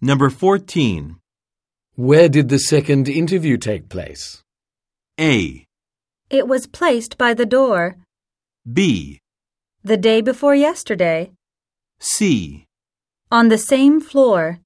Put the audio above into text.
Number 14. Where did the second interview take place? A. It was placed by the door B. the day before yesterday C. on the same floor.